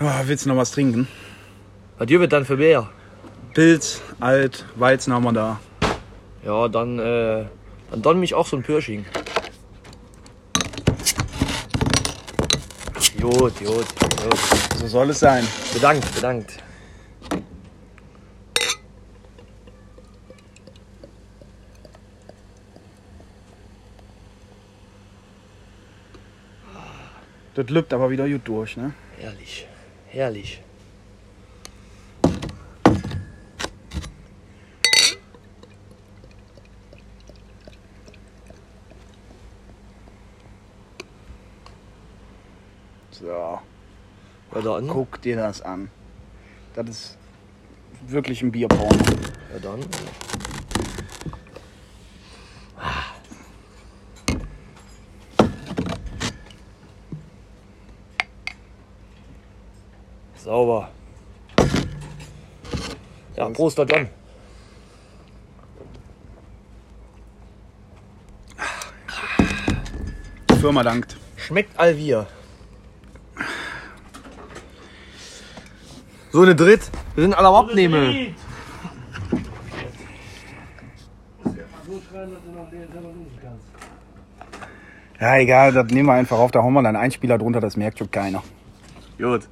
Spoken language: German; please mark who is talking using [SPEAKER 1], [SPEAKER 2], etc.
[SPEAKER 1] Ah, willst du noch was trinken?
[SPEAKER 2] Was gibt es dann für Bier?
[SPEAKER 1] Pilz, Alt, Weizen haben wir da.
[SPEAKER 2] Ja, dann, äh, dann donn mich auch so ein Pürsching. Jod, Jod, Jod.
[SPEAKER 1] So soll es sein.
[SPEAKER 2] Bedankt, bedankt.
[SPEAKER 1] Das lübt aber wieder gut durch, ne?
[SPEAKER 2] Herrlich, herrlich.
[SPEAKER 1] So,
[SPEAKER 2] Ja, dann.
[SPEAKER 1] guck dir das an. Das ist wirklich ein Bierporno.
[SPEAKER 2] Ja, dann. Ah. Sauber. Ja, Prost, da dann.
[SPEAKER 1] Die Firma dankt.
[SPEAKER 2] Schmeckt Alvier. So eine Dritt. Wir sind alle am Abnehmen.
[SPEAKER 1] Ja, egal, das nehmen wir einfach auf. Da hauen wir dann einen Spieler drunter, das merkt schon keiner.
[SPEAKER 2] Gut.